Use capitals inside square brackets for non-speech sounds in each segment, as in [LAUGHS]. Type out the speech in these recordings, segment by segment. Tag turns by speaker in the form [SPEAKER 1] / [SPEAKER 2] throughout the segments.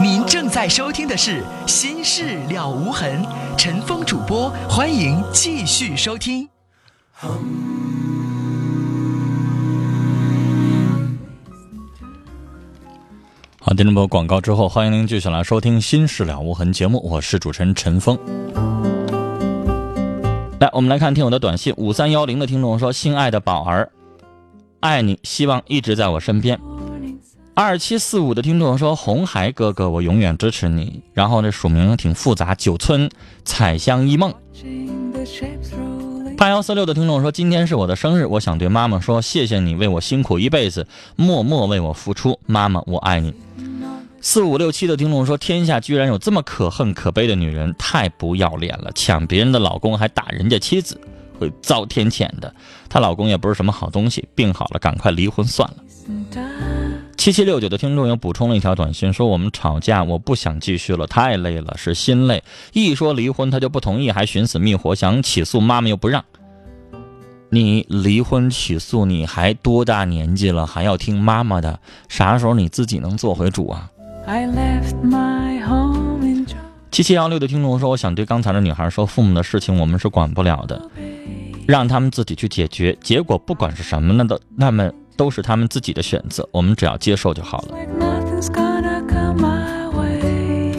[SPEAKER 1] 您正在收听的是《心事了无痕》，陈峰主播，欢迎继续收听。
[SPEAKER 2] 好，听众朋友，广告之后，欢迎您继续来收听《新事了无痕》节目，我是主持人陈峰。来，我们来看听友的短信，五三幺零的听众说：“心爱的宝儿，爱你，希望一直在我身边。”二七四五的听众说：“红孩哥哥，我永远支持你。”然后这署名挺复杂，九村彩香一梦。八幺四六的听众说：“今天是我的生日，我想对妈妈说，谢谢你为我辛苦一辈子，默默为我付出，妈妈，我爱你。”四五六七的听众说：“天下居然有这么可恨可悲的女人，太不要脸了！抢别人的老公还打人家妻子，会遭天谴的。她老公也不是什么好东西，病好了赶快离婚算了。”七七六九的听众又补充了一条短信，说我们吵架，我不想继续了，太累了，是心累。一说离婚，他就不同意，还寻死觅活，想起诉妈妈又不让。你离婚起诉，你还多大年纪了，还要听妈妈的？啥时候你自己能做回主啊？
[SPEAKER 3] I left my home in
[SPEAKER 2] 七七幺六的听众说：“我想对刚才的女孩说，父母的事情我们是管不了的，让他们自己去解决。结果不管是什么，那都那么都是他们自己的选择，我们只要接受就好了。
[SPEAKER 3] like nothing's gonna come my way.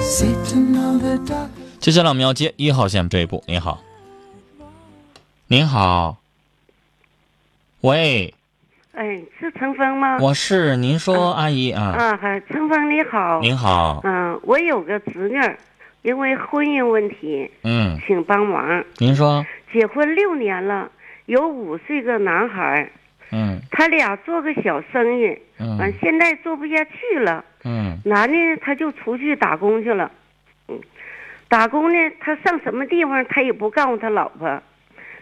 [SPEAKER 3] Sitting on the dock. ”
[SPEAKER 2] 接下来我们要接一号线这一步。您好，您好，喂，
[SPEAKER 4] 哎，是陈峰吗？
[SPEAKER 2] 我是您说阿姨啊，
[SPEAKER 4] 啊，嗨陈峰你好。
[SPEAKER 2] 您好，
[SPEAKER 4] 嗯、我有个侄女儿，因为婚姻问题，
[SPEAKER 2] 嗯，
[SPEAKER 4] 请帮忙。
[SPEAKER 2] 您说，
[SPEAKER 4] 结婚六年了，有五岁个男孩儿，
[SPEAKER 2] 嗯
[SPEAKER 4] 他俩做个小生意，完、
[SPEAKER 2] 嗯
[SPEAKER 4] 现在做不下去了。
[SPEAKER 2] 嗯
[SPEAKER 4] 男的他就出去打工去了，嗯，打工呢，他上什么地方他也不告诉他老婆，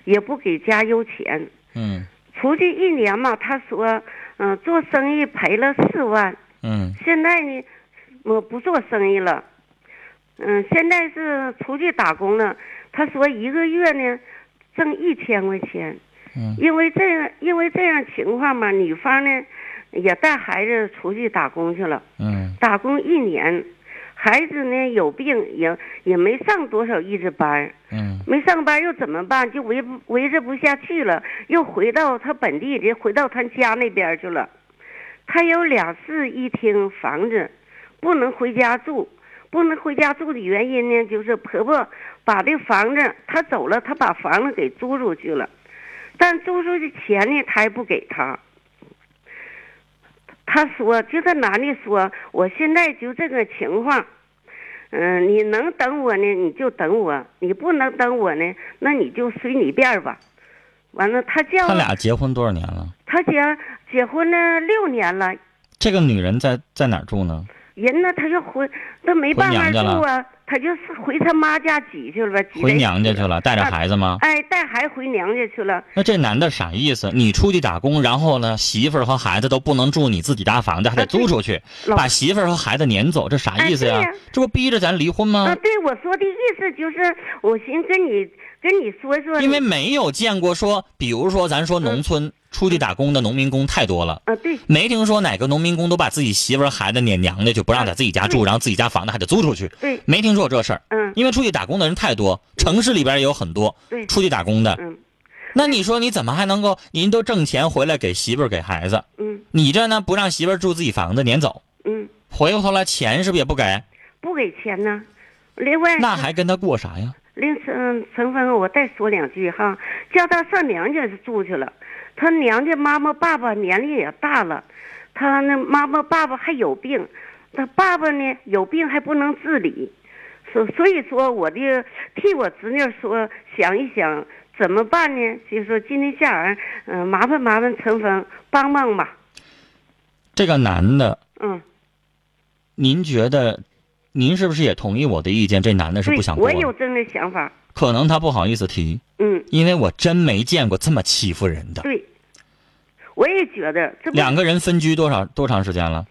[SPEAKER 4] 也不给家邮钱，
[SPEAKER 2] 嗯
[SPEAKER 4] 出去一年嘛，他说，嗯、做生意赔了四万。
[SPEAKER 2] 嗯
[SPEAKER 4] 现在呢，我不做生意了，嗯，现在是出去打工了。他说一个月呢，挣一千块钱。
[SPEAKER 2] 嗯
[SPEAKER 4] 因为这样，因为这样情况嘛，女方呢也带孩子出去打工去了，
[SPEAKER 2] 嗯
[SPEAKER 4] 打工一年，孩子呢有病也也没上多少一次班儿，
[SPEAKER 2] 嗯
[SPEAKER 4] 没上班又怎么办？就维不维持不下去了，又回到他本地的，回到他家那边去了。他有两室一厅房子，不能回家住。不能回家住的原因呢，就是婆婆把这房子，她走了，她把房子给租出去了，但租出去钱呢，她也不给他。他说，就这男的说，我现在就这个情况，嗯，你能等我呢，你就等我；你不能等我呢，那你就随你便儿吧。完了，他叫
[SPEAKER 2] 他俩结婚多少年了？
[SPEAKER 4] 他结结婚了六年了，
[SPEAKER 2] 这个女人在在哪儿住呢？
[SPEAKER 4] 人呢他就回，他没办法
[SPEAKER 2] 回娘
[SPEAKER 4] 住
[SPEAKER 2] 家
[SPEAKER 4] 啊，他就是回他妈家挤去了吧，挤
[SPEAKER 2] 回
[SPEAKER 4] 在
[SPEAKER 2] 娘家去了，带着孩子吗？
[SPEAKER 4] 哎，带孩子回娘家去了。
[SPEAKER 2] 那这男的啥意思？你出去打工，然后呢，媳妇儿和孩子都不能住你自己大房子，还得租出去，
[SPEAKER 4] 啊老
[SPEAKER 2] 把媳妇儿和孩子撵走，这啥意思呀？
[SPEAKER 4] 哎对呀
[SPEAKER 2] 这不逼着咱离婚
[SPEAKER 4] 啊，
[SPEAKER 2] 吗？
[SPEAKER 4] 对，我说的意思就是，我寻跟你跟你说说，
[SPEAKER 2] 因为没有见过说，比如说咱说农
[SPEAKER 4] 嗯
[SPEAKER 2] 村、出去打工的农民工太多了，
[SPEAKER 4] 啊，对
[SPEAKER 2] 没听说哪个农民工都把自己媳妇儿、孩子撵娘家去，不让在自己家住，
[SPEAKER 4] 对
[SPEAKER 2] 然后自己家房子还得租出去，
[SPEAKER 4] 对，
[SPEAKER 2] 没听说有这事儿。
[SPEAKER 4] 嗯
[SPEAKER 2] 因为出去打工的人太多，城市里边也有很多
[SPEAKER 4] 对
[SPEAKER 2] 出去打工的。
[SPEAKER 4] 嗯
[SPEAKER 2] 那你说你怎么还能够？您都挣钱回来给媳妇儿给孩子，
[SPEAKER 4] 嗯
[SPEAKER 2] 你这呢不让媳妇儿住自己房子撵走，
[SPEAKER 4] 嗯，
[SPEAKER 2] 回过头来钱是不是也不给？
[SPEAKER 4] 不给钱呢。另外，
[SPEAKER 2] 那还跟他过啥呀？
[SPEAKER 4] 另陈陈峰，我再说两句哈，叫他上娘家住去了。他娘家妈妈爸爸年龄也大了，他那妈妈爸爸还有病，他爸爸呢有病还不能自理，所所以说我的替我侄女说想一想怎么办呢？就说今天下午，嗯、麻烦麻烦陈峰帮帮吧，
[SPEAKER 2] 这个男的，
[SPEAKER 4] 嗯，
[SPEAKER 2] 您觉得，您是不是也同意我的意见？这男的是
[SPEAKER 4] 对
[SPEAKER 2] 不想，过
[SPEAKER 4] 嗯我
[SPEAKER 2] 的，
[SPEAKER 4] 有这样的想法，
[SPEAKER 2] 可能他不好意思提，
[SPEAKER 4] 嗯，
[SPEAKER 2] 因为我真没见过这么欺负人的。
[SPEAKER 4] 对，我也觉得这不
[SPEAKER 2] 嗯两个人分居多少多长时间了？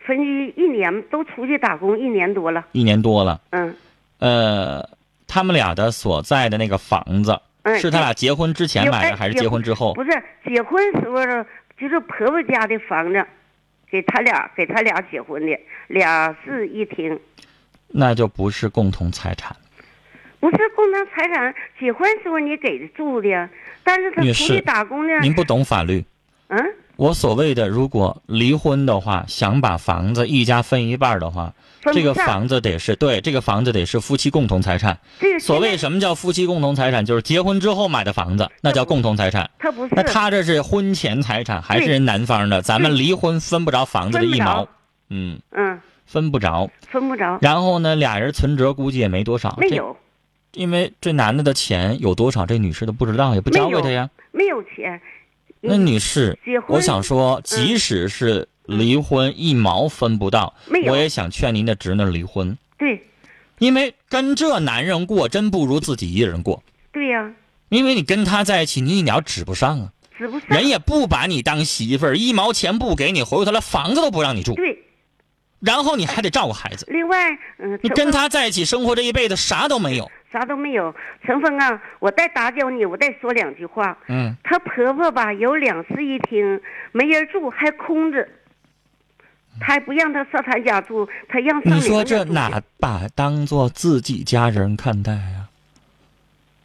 [SPEAKER 4] 分居一年都出去打工一年多了，
[SPEAKER 2] 一年多了。
[SPEAKER 4] 嗯。
[SPEAKER 2] 呃，他们俩的所在的那个房子，
[SPEAKER 4] 嗯
[SPEAKER 2] 是他俩结婚之前
[SPEAKER 4] 有
[SPEAKER 2] 买
[SPEAKER 4] 哎
[SPEAKER 2] 的，还是结婚之后？
[SPEAKER 4] 不是结婚时候就是婆婆家的房子，给他俩给他俩结婚的，俩室一厅，
[SPEAKER 2] 那就不是共同财产。
[SPEAKER 4] 不是共同财产。结婚时候你给住的，但是他
[SPEAKER 2] 女
[SPEAKER 4] 出去
[SPEAKER 2] 士
[SPEAKER 4] 打工呢，
[SPEAKER 2] 您不懂法律。
[SPEAKER 4] 嗯，
[SPEAKER 2] 我所谓的，如果离婚的话，想把房子一家分一半儿的话，
[SPEAKER 4] 分不
[SPEAKER 2] 这个
[SPEAKER 4] 上
[SPEAKER 2] 房子得是对，这个房子得是夫妻共同财产。
[SPEAKER 4] 这个
[SPEAKER 2] 所谓
[SPEAKER 4] 现在
[SPEAKER 2] 什么叫夫妻共同财产？就是结婚之后买的房子，那叫共同财产。
[SPEAKER 4] 他不是
[SPEAKER 2] 那他这是婚前财产，还是
[SPEAKER 4] 对
[SPEAKER 2] 人男方的？咱们离婚分不着房子的
[SPEAKER 4] 分不
[SPEAKER 2] 一毛
[SPEAKER 4] 着，
[SPEAKER 2] 嗯，
[SPEAKER 4] 嗯
[SPEAKER 2] 分不着。
[SPEAKER 4] 分不着，
[SPEAKER 2] 然后呢，俩人存折估计也没多少，
[SPEAKER 4] 没
[SPEAKER 2] 这
[SPEAKER 4] 有
[SPEAKER 2] 因为这男的的钱有多少，这女士都不知道，也不交
[SPEAKER 4] 没
[SPEAKER 2] 给
[SPEAKER 4] 有
[SPEAKER 2] 他呀。
[SPEAKER 4] 没有钱，
[SPEAKER 2] 那女士
[SPEAKER 4] 结，婚
[SPEAKER 2] 我想
[SPEAKER 4] 嗯
[SPEAKER 2] 说，即使是离婚一毛分不到，
[SPEAKER 4] 没有
[SPEAKER 2] 我也想劝您的侄女离婚，
[SPEAKER 4] 对
[SPEAKER 2] 因为跟这男人过，真不如自己一人过。
[SPEAKER 4] 对呀、
[SPEAKER 2] 因为你跟他在一起，你一鸟指不上啊，
[SPEAKER 4] 指不上
[SPEAKER 2] 人也不把你当媳妇儿，一毛钱不给你，回过头来房子都不让你住，
[SPEAKER 4] 对。
[SPEAKER 2] 然后你还得照顾孩子，
[SPEAKER 4] 另外，嗯，
[SPEAKER 2] 你
[SPEAKER 4] 陈
[SPEAKER 2] 跟
[SPEAKER 4] 峰
[SPEAKER 2] 他在一起生活这一辈子啥都没有。
[SPEAKER 4] 啥都没有。陈峰啊，我再打搅你，我再说两句话。
[SPEAKER 2] 嗯，
[SPEAKER 4] 她婆婆吧有两室一厅，没人住，还空着。她还不让她上她家住，她让上
[SPEAKER 2] 你说
[SPEAKER 4] 你们家
[SPEAKER 2] 这
[SPEAKER 4] 住去
[SPEAKER 2] 哪？把当做自己家人看待啊？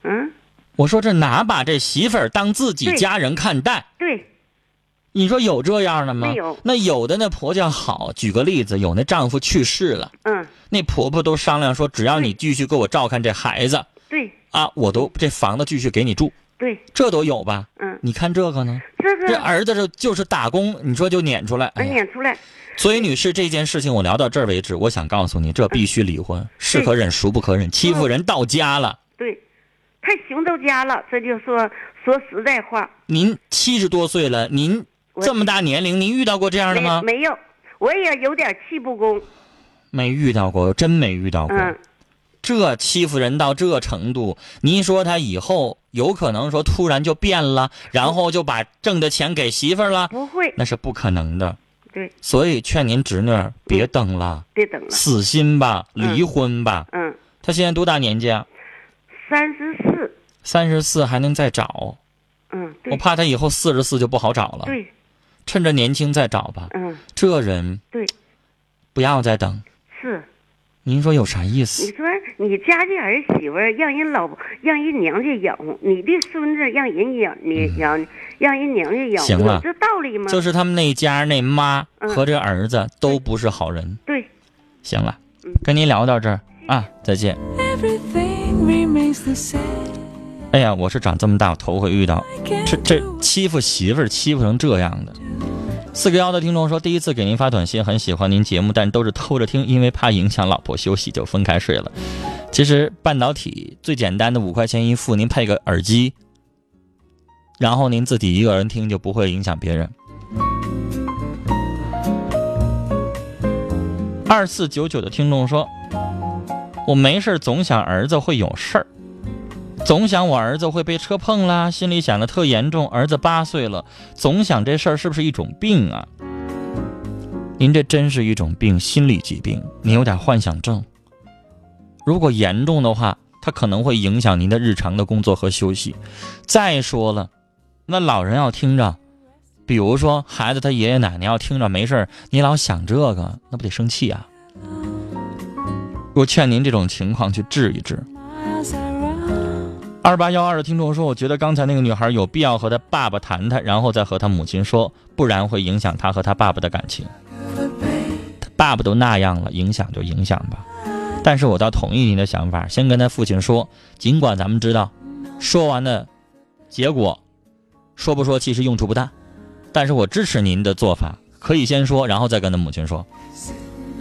[SPEAKER 4] 嗯，
[SPEAKER 2] 我说这哪把这媳妇儿当自己
[SPEAKER 4] 对
[SPEAKER 2] 家人看待？
[SPEAKER 4] 对，
[SPEAKER 2] 你说有这样的吗？
[SPEAKER 4] 没有
[SPEAKER 2] 那有的那婆家好，举个例子，有那丈夫去世了，
[SPEAKER 4] 嗯，
[SPEAKER 2] 那婆婆都商量说，只要
[SPEAKER 4] 对
[SPEAKER 2] 你继续给我照看这孩子
[SPEAKER 4] 对
[SPEAKER 2] 啊，我都这房子继续给你住，
[SPEAKER 4] 对，
[SPEAKER 2] 这都有吧？
[SPEAKER 4] 嗯，啊
[SPEAKER 2] 你看这个呢，
[SPEAKER 4] 这
[SPEAKER 2] 这哎
[SPEAKER 4] 个
[SPEAKER 2] 儿子这就是打工，你说就撵出来，哎
[SPEAKER 4] 能
[SPEAKER 2] 呀，
[SPEAKER 4] 撵出来。
[SPEAKER 2] 所以，女士，这件事情我聊到这儿为止。我想告诉你，这必须离
[SPEAKER 4] 嗯
[SPEAKER 2] 婚，是可忍，孰不可忍。欺负人到家了，
[SPEAKER 4] 对，她熊到家了，这就说说实在话，
[SPEAKER 2] 您七十多岁了，您
[SPEAKER 4] 我
[SPEAKER 2] 这么大年龄，您遇到过这样的
[SPEAKER 4] 没
[SPEAKER 2] 吗？
[SPEAKER 4] 没有，我也有点气不公。
[SPEAKER 2] 没遇到过，真没遇到过。
[SPEAKER 4] 嗯，
[SPEAKER 2] 这欺负人到这程度，您说他以后有可能说突然就变了，然后就把挣的钱给媳妇儿了，
[SPEAKER 4] 不会，
[SPEAKER 2] 那是不可能的。
[SPEAKER 4] 对，
[SPEAKER 2] 所以劝您侄女儿别等了，
[SPEAKER 4] 别等了。
[SPEAKER 2] 死心吧，
[SPEAKER 4] 嗯
[SPEAKER 2] 离婚吧。
[SPEAKER 4] 嗯，
[SPEAKER 2] 他现在多大年纪啊？
[SPEAKER 4] 三十四。
[SPEAKER 2] 三十四还能再找。
[SPEAKER 4] 嗯，
[SPEAKER 2] 我
[SPEAKER 4] 对
[SPEAKER 2] 怕他以后四十四就不好找了，
[SPEAKER 4] 对，
[SPEAKER 2] 趁着年轻再找吧。
[SPEAKER 4] 嗯
[SPEAKER 2] 这人
[SPEAKER 4] 对，
[SPEAKER 2] 不要再等，
[SPEAKER 4] 是。
[SPEAKER 2] 您说有啥意
[SPEAKER 4] 你
[SPEAKER 2] 思？
[SPEAKER 4] 说你家这儿媳妇儿让人老让人娘家养活，你的孙子让人养你养、让人娘家养活，
[SPEAKER 2] 嗯行了
[SPEAKER 4] 有这道理吗？
[SPEAKER 2] 就是他们那家那妈
[SPEAKER 4] 嗯
[SPEAKER 2] 和这儿子都不是好人。
[SPEAKER 4] 对。
[SPEAKER 2] 行了，跟您聊到这儿啊，再见。
[SPEAKER 3] Everything remains the same.
[SPEAKER 2] 哎呀，我是长这么大我头回遇到
[SPEAKER 3] I can't
[SPEAKER 2] 这这
[SPEAKER 3] do
[SPEAKER 2] 欺负媳妇儿欺负成这样的。四个幺的听众说，第一次给您发短信，很喜欢您节目，但都是偷着听，因为怕影响老婆休息，就分开睡了。其实半导体最简单的五块钱一副，您配个耳机，然后您自己一个人听，就不会影响别人。二四九九的听众说，我没事儿总想儿子会有事儿。总想我儿子会被车碰啦，心里想的特严重。儿子八岁了，总想这事儿是不是一种病啊？您这真是一种病，心理疾病，您有点幻想症。如果严重的话，它可能会影响您的日常的工作和休息。再说了，那老人要听着，比如说孩子他爷爷奶奶要听着没事儿，你老想这个，那不得生气啊？我劝您这种情况去治一治。
[SPEAKER 3] miles around.
[SPEAKER 2] 二八幺二的听众说：“我觉得刚才那个女孩有必要和她爸爸谈谈，然后再和她母亲说，不然会影响她和她爸爸的感情。她爸爸都那样了，影响就影响吧。但是我倒同意您的想法，先跟她父亲说，尽管咱们知道，说完的结果，说不说其实用处不大，但是我支持您的做法，可以先说，然后再跟她母亲说。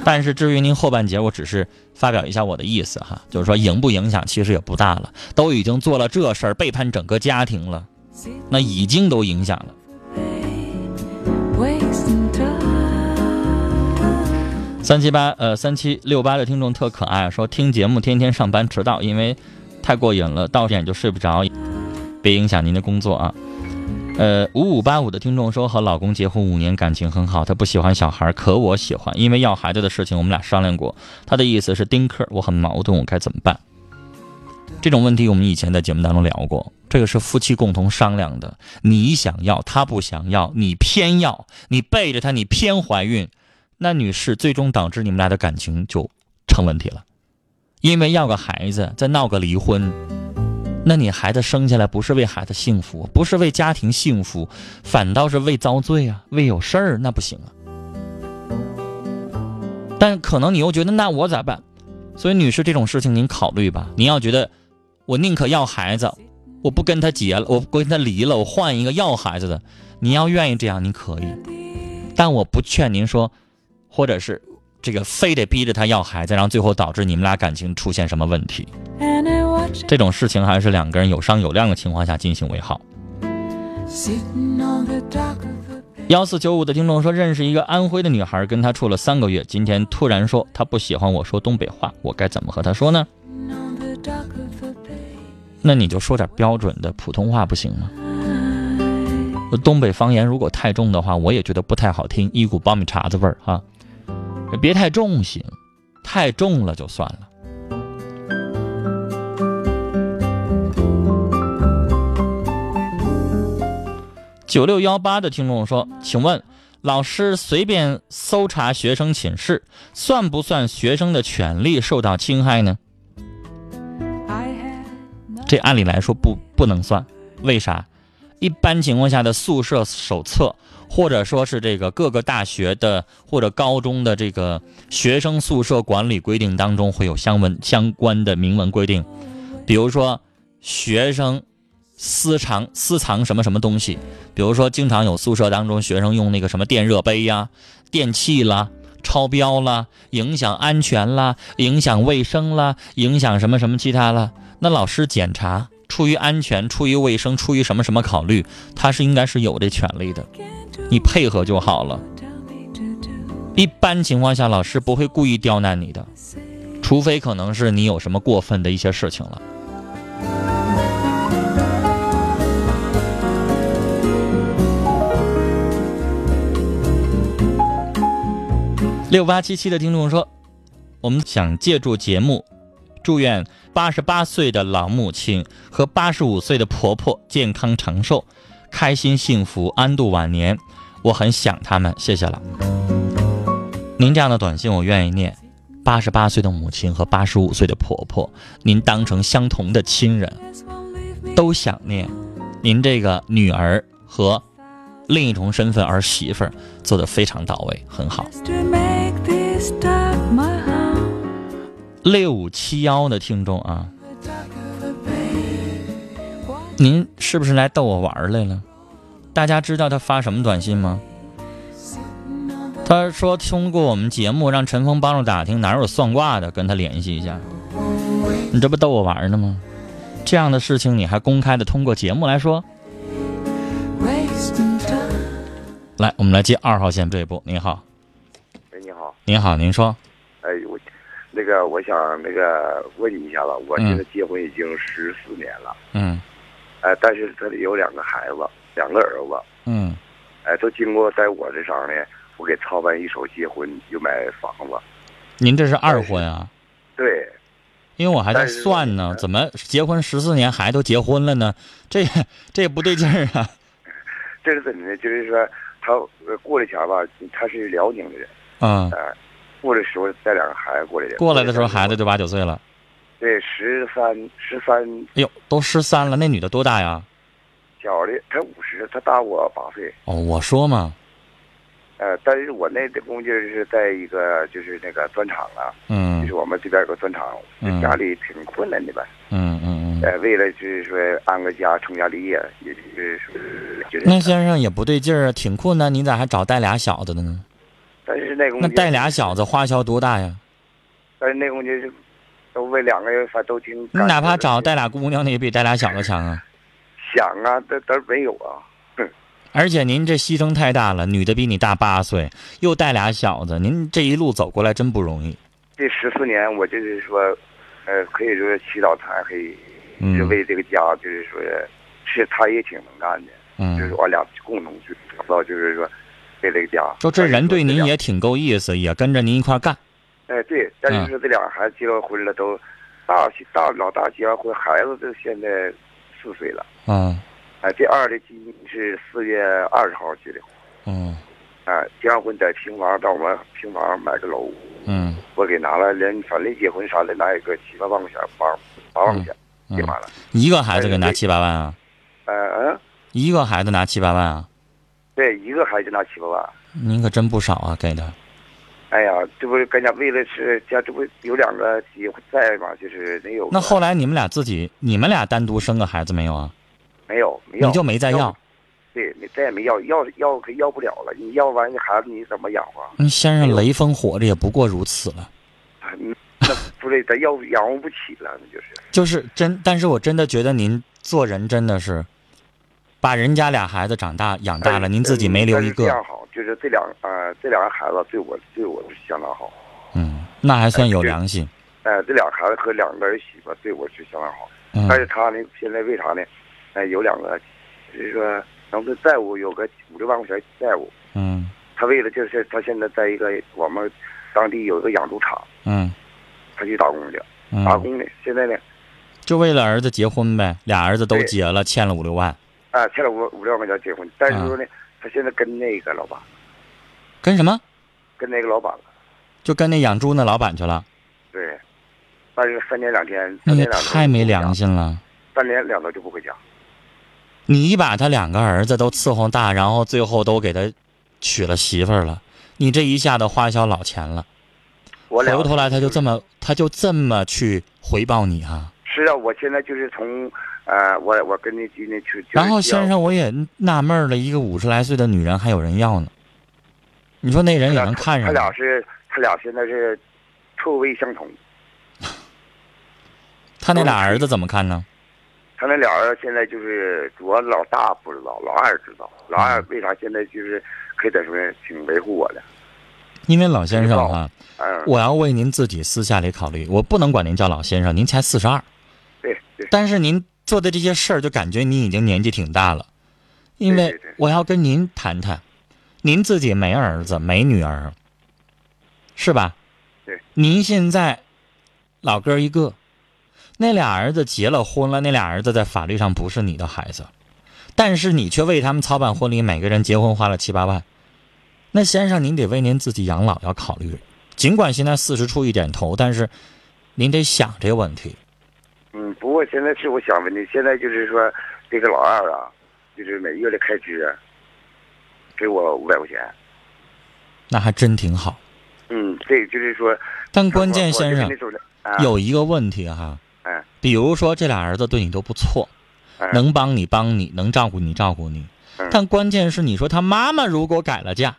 [SPEAKER 2] 但是至于您后半截，我只是发表一下我的意思哈，就是说影不影响其实也不大了，都已经做了这事儿，背叛整个家庭了，
[SPEAKER 3] Sit
[SPEAKER 2] 那已经都影响了。
[SPEAKER 3] wasting time.
[SPEAKER 2] 三七八呃三七六八的听众特可爱，说听节目天天上班迟到，因为太过瘾了，到点就睡不着，别影响您的工作啊。呃，五五八五的听众说和老公结婚五年，感情很好，他不喜欢小孩，可我喜欢，因为要孩子的事情我们俩商量过，他的意思是丁克，我很矛盾，我该怎么办？这种问题我们以前在节目当中聊过，这个是夫妻共同商量的。你想要，他不想要，你偏要，你背着他，你偏怀孕，那女士最终导致你们俩的感情就成问题了。因为要个孩子，再闹个离婚，那你孩子生下来不是为孩子幸福，不是为家庭幸福，反倒是为遭罪啊，为有事儿，那不行啊。但可能你又觉得那我咋办？所以女士这种事情您考虑吧。您要觉得我宁可要孩子，我不跟他结了，我不跟他离了，我换一个要孩子的。您要愿意这样，您可以，但我不劝您说，或者是这个非得逼着他要孩子，然后最后导致你们俩感情出现什么问题。
[SPEAKER 3] And I watch it
[SPEAKER 2] 这种事情还是两个人有商有量的情况下进行为好。
[SPEAKER 3] sitting on the dock of the bay.
[SPEAKER 2] 幺四九五的听众说，认识一个安徽的女孩，跟她处了三个月，今天突然说她不喜欢我说东北话，我该怎么和她说呢？
[SPEAKER 3] On the dock of the bay.
[SPEAKER 2] 那你就说点标准的普通话不行吗？东北方言如果太重的话，我也觉得不太好听，一股苞米碴子味儿哈。别太重行，太重了就算了。九六幺八的听众说：“请问老师随便搜查学生寝室，算不算学生的权利受到侵害呢？”
[SPEAKER 3] I had
[SPEAKER 2] 这按理来说不不能算，为啥？一般情况下的宿舍手册，或者说是这个各个大学的或者高中的这个学生宿舍管理规定当中会有相文相关的明文规定，比如说学生私藏私藏什么什么东西，比如说经常有宿舍当中学生用那个什么电热杯呀、电器啦。超标啦，影响安全啦，影响卫生啦，影响什么什么其他啦。那老师检查，出于安全、出于卫生、出于什么什么考虑，他是应该是有这权利的，
[SPEAKER 3] can't do
[SPEAKER 2] 你配合就好了。
[SPEAKER 3] tell me to do.
[SPEAKER 2] 一般情况下，老师不会故意刁难你的，除非可能是你有什么过分的一些事情了。六八七七的听众说，我们想借助节目，祝愿八十八岁的老母亲和八十五岁的婆婆健康长寿、开心幸福、安度晚年。我很想他们，谢谢了。您这样的短信我愿意念。八十八岁的母亲和八十五岁的婆婆，您当成相同的亲人，
[SPEAKER 3] This won't leave me
[SPEAKER 2] 都想念您这个女儿和另一重身份儿媳妇儿做的非常到位，很好。
[SPEAKER 3] just to make this dock my home.
[SPEAKER 2] 六五七幺的听众啊，
[SPEAKER 3] The dock of the bay. What
[SPEAKER 2] 您是不是来逗我玩儿来了？大家知道他发什么短信吗？
[SPEAKER 3] sitting on the
[SPEAKER 2] 他说通过我们节目让陈峰帮着打听哪有算卦的，跟他联系一下。你这不逗我玩儿呢吗？这样的事情你还公开的通过节目来说？
[SPEAKER 3] wasting time.
[SPEAKER 2] 来，我们来接二号线这一步。您好，
[SPEAKER 5] 哎，你好，
[SPEAKER 2] 您好，您说，
[SPEAKER 5] 哎，我那个我想那个问你一下子，我
[SPEAKER 2] 嗯
[SPEAKER 5] 现在结婚已经十四年了，
[SPEAKER 2] 嗯
[SPEAKER 5] 哎，但是他有两个孩子，两个儿子，
[SPEAKER 2] 嗯
[SPEAKER 5] 哎，都经过在我这上呢，我给操办一手结婚，又买房子，
[SPEAKER 2] 您这是二婚啊？
[SPEAKER 5] 对，
[SPEAKER 2] 因为我还在
[SPEAKER 5] 但是
[SPEAKER 2] 算呢，怎么结婚十四年孩子都结婚了呢？这这不对劲儿啊！
[SPEAKER 5] 这是怎么呢？就是说他呃过来前吧，他是辽宁的人，
[SPEAKER 2] 嗯，
[SPEAKER 5] 哎，过来时候带两个孩子过来的，
[SPEAKER 2] 过来的时候孩子就八九岁了，
[SPEAKER 5] 对十三十三
[SPEAKER 2] 哎呦，都十三了，那女的多大呀？
[SPEAKER 5] 小的，他五十，他大我八岁，
[SPEAKER 2] 哦，我说嘛，
[SPEAKER 5] 呃，但是我那的工就是在一个就是那个砖厂啊。就
[SPEAKER 2] 嗯
[SPEAKER 5] 是我们这边有个砖厂，
[SPEAKER 2] 嗯
[SPEAKER 5] 家里挺困难的吧？
[SPEAKER 2] 嗯嗯嗯，
[SPEAKER 5] 呃，为了就是说安个家、成家立业，也就是就是。
[SPEAKER 2] 那先生也不对劲儿啊，挺困难，你咋还找带俩小子的呢？
[SPEAKER 5] 但是那公
[SPEAKER 2] 那
[SPEAKER 5] 家
[SPEAKER 2] 带俩小子，花销多大呀？
[SPEAKER 5] 但是那公家是都为两个人，反正都挺感
[SPEAKER 2] 你
[SPEAKER 5] 动的。
[SPEAKER 2] 哪怕找带俩姑娘的，也比带俩小子强啊！
[SPEAKER 5] 想啊，但但是没有啊。
[SPEAKER 2] 而且您这牺牲太大了，女的比你大八岁，又带俩小子，您这一路走过来真不容易。
[SPEAKER 5] 这十四年，我就是说，呃，可以说祈祷他，可以
[SPEAKER 2] 嗯
[SPEAKER 5] 是为这个家，就是说，是他也挺能干的，就是
[SPEAKER 2] 嗯，
[SPEAKER 5] 我俩共同去找到，就是说，为这个家。
[SPEAKER 2] 就这人对您
[SPEAKER 5] 也。
[SPEAKER 2] 也挺够意思，也跟着您一块儿干。
[SPEAKER 5] 哎，对，但
[SPEAKER 2] 嗯
[SPEAKER 5] 是说这两个孩子结了婚了都，大大老大结完婚，孩子都现在四岁了。
[SPEAKER 2] 嗯
[SPEAKER 5] 哎，这二的今是四月二十号结的婚，
[SPEAKER 2] 嗯
[SPEAKER 5] 哎，结完婚在平房到我们平房买个楼，
[SPEAKER 2] 嗯
[SPEAKER 5] 我给拿了，连反正结婚啥的拿一个七八万块钱，八八万块钱给
[SPEAKER 2] 嗯，
[SPEAKER 5] 完了。
[SPEAKER 2] 一个孩子给拿七八万啊，
[SPEAKER 5] 呃嗯，
[SPEAKER 2] 一个孩子拿七八万啊，
[SPEAKER 5] 对，一个孩子拿七八万。
[SPEAKER 2] 您可真不少啊，给的。
[SPEAKER 5] 哎呀，这不是跟家为了是家，这不有两个结婚在嘛，就是没有。
[SPEAKER 2] 那后来你们俩自己，你们俩单独生个孩子没有啊？
[SPEAKER 5] 没有，没有，
[SPEAKER 2] 你就没再要？
[SPEAKER 5] 对，没再也没要，要要可要不了了。你要完这孩子你怎么养活啊？
[SPEAKER 2] 那哎先生雷锋火着也不过如此了。
[SPEAKER 5] 嗯
[SPEAKER 2] [LAUGHS]
[SPEAKER 5] 那不是咱要养活不起了，那就是。
[SPEAKER 2] 就是真，但是我真的觉得您做人真的是，把人家俩孩子长大养大了，
[SPEAKER 5] 哎
[SPEAKER 2] 您自己没留一
[SPEAKER 5] 但是这样
[SPEAKER 2] 个，
[SPEAKER 5] 好，就是这两呃这两个孩子对我对我是相当好，
[SPEAKER 2] 嗯，那还算有良心，
[SPEAKER 5] 哎、这两个孩子和两个儿媳妇对我是相当好。
[SPEAKER 2] 嗯
[SPEAKER 5] 但是他呢，现在为啥呢？哎、有两个，就是说能不能债务有个五六万块钱债务，
[SPEAKER 2] 嗯
[SPEAKER 5] 他为了这事儿，他现在在一个我们当地有一个养猪场，
[SPEAKER 2] 嗯
[SPEAKER 5] 他去打工去，打
[SPEAKER 2] 嗯，
[SPEAKER 5] 工呢，现在呢，
[SPEAKER 2] 就为了儿子结婚呗，俩儿子都
[SPEAKER 5] 对
[SPEAKER 2] 结了，欠了五六万，
[SPEAKER 5] 啊，欠了五五六万块钱结婚，但是说呢，
[SPEAKER 2] 啊
[SPEAKER 5] 他现在跟那个老板，
[SPEAKER 2] 跟什么？
[SPEAKER 5] 跟那个老板了，
[SPEAKER 2] 就跟那养猪那老板去了，
[SPEAKER 5] 对，但是三天两天，
[SPEAKER 2] 那
[SPEAKER 5] 三
[SPEAKER 2] 也
[SPEAKER 5] 天两头
[SPEAKER 2] 太没良
[SPEAKER 5] 心。
[SPEAKER 2] 心了。
[SPEAKER 5] 三年两头就不回家。
[SPEAKER 2] 你把他两个儿子都伺候大，然后最后都给他娶了媳妇儿了，你这一下子花销老钱了，
[SPEAKER 5] 我俩
[SPEAKER 2] 回过头来他就这么他就这么去回报你哈、
[SPEAKER 5] 是啊，我现在就是从呃，我我跟那今天去，就是
[SPEAKER 2] 然后
[SPEAKER 5] 这样
[SPEAKER 2] 先，生，我也纳闷儿了，一个五十来岁的女人还有人要呢。你说那人也能看
[SPEAKER 5] 他
[SPEAKER 2] 上
[SPEAKER 5] 俩
[SPEAKER 2] 吗？
[SPEAKER 5] 是他俩现在是臭味相同，
[SPEAKER 2] 他那俩儿子怎么看呢？
[SPEAKER 5] 他那俩人现在就是主要老大不知道，老二知道，老二为啥现在就是可以在说挺维护我的，
[SPEAKER 2] 因为老先生哈、
[SPEAKER 5] 嗯，
[SPEAKER 2] 我要为您自己私下里考虑，我不能管您叫老先生，您才四十二，
[SPEAKER 5] 对对，
[SPEAKER 2] 但是您做的这些事儿，就感觉您已经年纪挺大了。因
[SPEAKER 5] 对
[SPEAKER 2] 为
[SPEAKER 5] 对对
[SPEAKER 2] 我要跟您谈谈，您自己没儿子没女儿，是吧？
[SPEAKER 5] 对。
[SPEAKER 2] 您现在老哥一个，那俩儿子结了婚了，那俩儿子在法律上不是你的孩子，但是你却为他们操办婚礼，每个人结婚花了七八万。那先生，您得为您自己养老要考虑。尽管现在四十出一点头，但是您得想这个问题。
[SPEAKER 5] 嗯，不过现在是我想问你，现在就是说这个老二啊，就是每月的开支啊给我五百块钱，
[SPEAKER 2] 那还真挺好。
[SPEAKER 5] 嗯，这就是说，
[SPEAKER 2] 但关键，
[SPEAKER 5] 我我就
[SPEAKER 2] 先
[SPEAKER 5] 是
[SPEAKER 2] 生
[SPEAKER 5] 那种的啊
[SPEAKER 2] 有一个问题哈，
[SPEAKER 5] 嗯
[SPEAKER 2] 比如说这俩儿子对你都不错，
[SPEAKER 5] 嗯
[SPEAKER 2] 能帮你帮你，能照顾你照顾你
[SPEAKER 5] 嗯。
[SPEAKER 2] 但关键是，你说他妈妈如果改了嫁，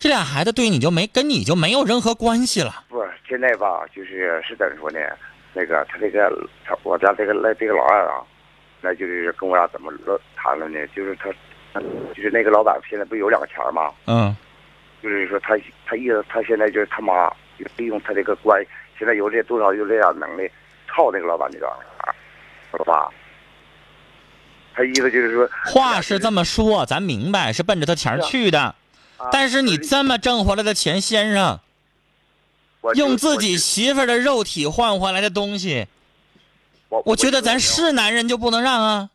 [SPEAKER 2] 这俩孩子对你就没跟你就没有任何关系了。
[SPEAKER 5] 不，现在吧，就是是怎么说呢？那个他这个他我家这个那这个老二啊，那就是跟我俩怎么论谈了呢？就是他，就是那个老板现在不有两个钱儿吗？
[SPEAKER 2] 嗯
[SPEAKER 5] 就是说他他意思他现在就是他妈就利用他这个关，现在有这多少有这点能力，操那个老板这张钱，老爸。他意思就是说，
[SPEAKER 2] 话是这么说，咱明白是奔着他钱儿
[SPEAKER 5] 是啊
[SPEAKER 2] 去的。
[SPEAKER 5] 啊
[SPEAKER 2] 但是你这么挣回来的钱，先生，
[SPEAKER 5] 我就
[SPEAKER 2] 用自
[SPEAKER 5] 我
[SPEAKER 2] 己媳妇儿的肉体换回来的东西，
[SPEAKER 5] 我
[SPEAKER 2] 我觉得
[SPEAKER 5] 就
[SPEAKER 2] 咱是男人就不能让啊。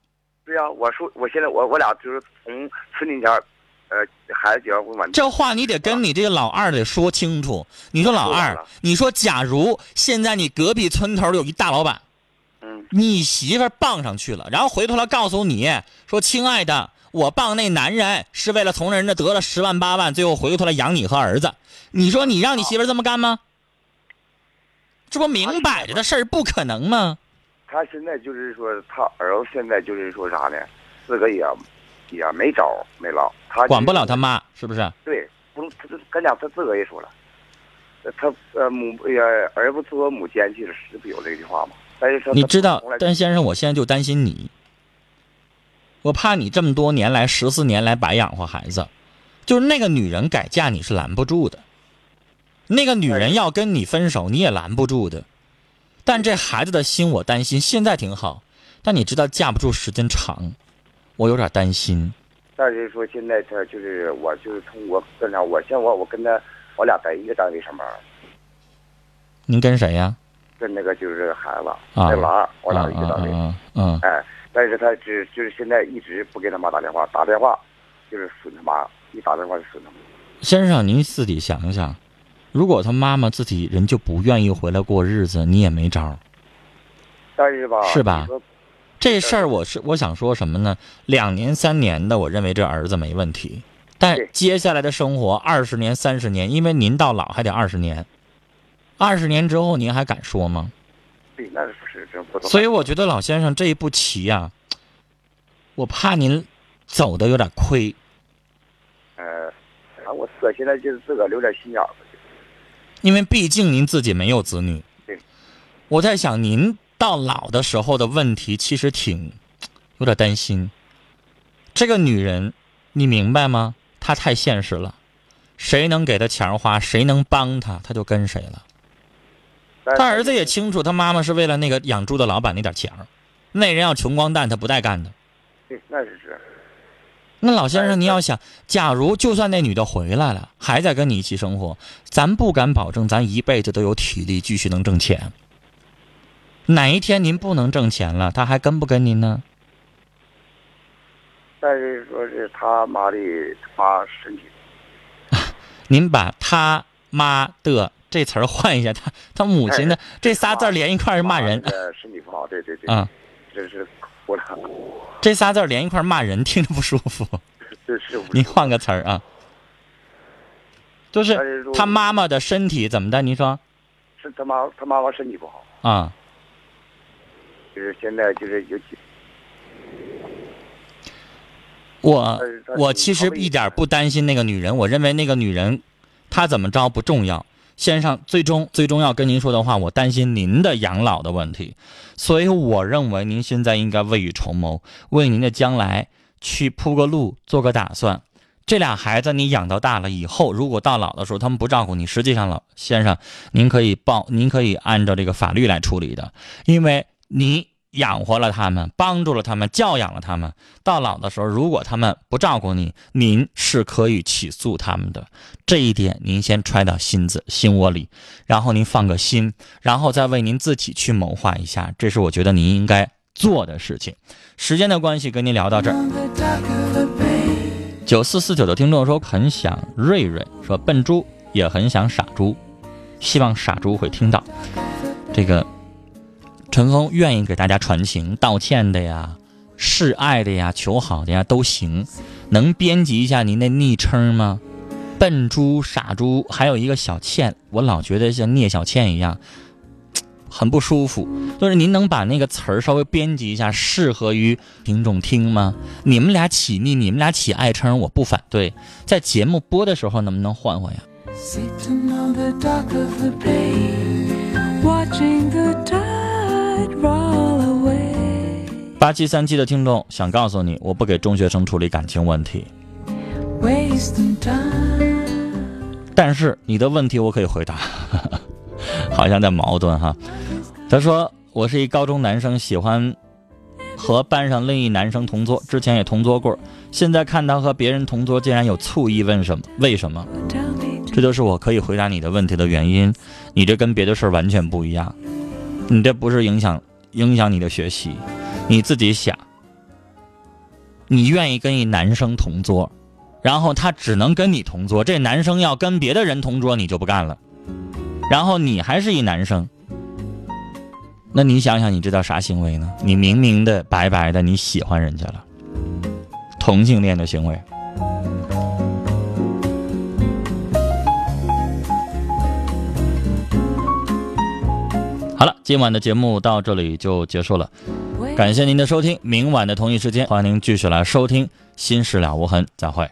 [SPEAKER 5] 对呀、我说我现在我我俩就是从春节前儿，呃，孩子结完婚完
[SPEAKER 2] 这话你得跟你这个老二得说清楚。你说老
[SPEAKER 5] 说完
[SPEAKER 2] 二
[SPEAKER 5] 了，
[SPEAKER 2] 你说假如现在你隔壁村头有一大老板，
[SPEAKER 5] 嗯。
[SPEAKER 2] 你媳妇儿傍上去了，然后回头来告诉你说：“亲爱的，我傍那男人是为了从人家得了十万八万，最后回过头来养你和儿子。”你说你让你媳妇儿这么干吗？这不明摆着的事儿，不可能吗？
[SPEAKER 5] 他现在就是说，他儿子现在就是说啥呢？自个也也没招没落，他就是
[SPEAKER 2] 管不了他。妈，是不是？
[SPEAKER 5] 对，不用他咱俩他自个也说了，呃他呃母呃儿不做母奸去了，是不是有这句话吗？但是他
[SPEAKER 2] 你知道
[SPEAKER 5] 从来，
[SPEAKER 2] 但先生，我现在就担心你，我怕你这么多年来十四年来白养活孩子，就是那个女人改嫁你是拦不住的，那个女
[SPEAKER 5] 哎
[SPEAKER 2] 人要跟你分手你也拦不住的，但这孩子的心我担心，现在挺好，但你知道架不住时间长，我有点担心。
[SPEAKER 5] 但是说现在他就是我就是从我跟他我像我我跟他我俩在一个单位上班，
[SPEAKER 2] 您跟谁呀？
[SPEAKER 5] 跟那个就是孩子
[SPEAKER 2] 啊
[SPEAKER 5] 那娃，我俩
[SPEAKER 2] 啊
[SPEAKER 5] 遇
[SPEAKER 2] 啊
[SPEAKER 5] 到的，
[SPEAKER 2] 啊啊！
[SPEAKER 5] 哎，但是他只就是现在一直不给他妈打电话，打电话就是损他妈，一打电话就损他妈。
[SPEAKER 2] 先生，您自己想一想，如果他妈妈自己人就不愿意回来过日子，你也没招儿。
[SPEAKER 5] 但是吧，
[SPEAKER 2] 是吧
[SPEAKER 5] 你说
[SPEAKER 2] 这事儿我是我想说什么呢？两年三年的，我认为这儿子没问题，但
[SPEAKER 5] 对
[SPEAKER 2] 接下来的生活二十年三十年，因为您到老还得二十年，二十年之后您还敢说吗？
[SPEAKER 5] 对，那是不是真不懂。
[SPEAKER 2] 所以我觉得老先生这一步棋呀、我怕您走的有点亏。
[SPEAKER 5] 呃，然后我自个儿现在就是自个儿留点心眼儿吧，
[SPEAKER 2] 因为毕竟您自己没有子女
[SPEAKER 5] 对。
[SPEAKER 2] 我在想，您到老的时候的问题，其实挺有点担心。这个女人，你明白吗？她太现实了，谁能给她钱儿花，谁能帮她，她就跟谁了。
[SPEAKER 5] 但是
[SPEAKER 2] 他儿子也清楚，他妈妈是为了那个养猪的老板那点钱儿，那人要穷光蛋，他不带干的。
[SPEAKER 5] 对，那是是，
[SPEAKER 2] 那老先
[SPEAKER 5] 但是
[SPEAKER 2] 生，你要想，假如就算那女的回来了，还在跟你一起生活，咱不敢保证咱一辈子都有体力继续能挣钱。哪一天您不能挣钱了，她还跟不跟您呢？
[SPEAKER 5] 但是说是他妈的他妈身体，
[SPEAKER 2] 您把他妈的这词儿换一下，他他母亲的这仨字儿连一块儿骂人
[SPEAKER 5] 他妈的身体不好，对对对，
[SPEAKER 2] 啊，
[SPEAKER 5] 这是哭了，
[SPEAKER 2] 这仨字儿连一块儿骂人，听着不舒服。 [LAUGHS]
[SPEAKER 5] 这是
[SPEAKER 2] 您换个词儿啊，就
[SPEAKER 5] 但
[SPEAKER 2] 是
[SPEAKER 5] 是哎如果
[SPEAKER 2] 他妈妈的身体怎么的？您说
[SPEAKER 5] 是他妈他妈妈身体不好，
[SPEAKER 2] 啊？
[SPEAKER 5] 就是现在就是有几，
[SPEAKER 2] 我
[SPEAKER 5] 但是呃但是
[SPEAKER 2] 我
[SPEAKER 5] 你
[SPEAKER 2] 其
[SPEAKER 5] 逃
[SPEAKER 2] 实
[SPEAKER 5] 避
[SPEAKER 2] 一点儿不担心那个女人，我认为那个女人她怎么着不重要。先生，最终最终要跟您说的话，我担心您的养老的问题，所以我认为您现在应该未雨绸缪，为您的将来去铺个路，做个打算。这俩孩子你养到大了以后，如果到老的时候他们不照顾你，实际上老先生，您可以报，您可以按照这个法律来处理的，因为你养活了他们，帮助了他们，教养了他们，到老的时候，如果他们不照顾你，您是可以起诉他们的。这一点您先揣到心子心窝里，然后您放个心，然后再为您自己去谋划一下，这是我觉得您应该做的事情。时间的关系，跟您聊到这儿。
[SPEAKER 3] the dark of the bay.
[SPEAKER 2] 九四四九的听众说很想瑞瑞，说笨猪也很想傻猪，希望傻猪会听到这个。陈峰愿意给大家传情、道歉的呀、示爱的呀、求好的呀都行，能编辑一下您的昵称吗？笨猪、傻猪，还有一个小倩，我老觉得像聂小倩一样，很不舒服。就是您能把那个词儿稍微编辑一下，适合于听众听吗？你们俩起腻，你们俩起爱称，我不反对。在节目播的时候，能不能换换呀？
[SPEAKER 3] Sitting on the dock of the bay, watching the tide roll away.
[SPEAKER 2] 八七三七的听众想告诉你，我不给中学生处理感情问题，
[SPEAKER 3] Wasting time.
[SPEAKER 2] 但是你的问题我可以回答。 [LAUGHS] 好像在矛盾哈。他说我是一高中男生，喜欢和班上另一男生同桌，之前也同桌过，现在看他和别人同桌竟然有醋意，问什么？为什么？
[SPEAKER 3] Tell me
[SPEAKER 2] 这就是我可以回答你的问题的原因。你这跟别的事儿完全不一样，你这不是影响影响你的学习，你自己想。你愿意跟一男生同桌，然后他只能跟你同桌，这男生要跟别的人同桌，你就不干了。然后你还是一男生，那你想想，你这叫啥行为呢？你明明的、白白的，你喜欢人家了，同性恋的行为。好了，今晚的节目到这里就结束了，
[SPEAKER 3] wait.
[SPEAKER 2] 感谢您的收听。明晚的同一时间，欢迎您继续来收听《心事了无痕》，再会。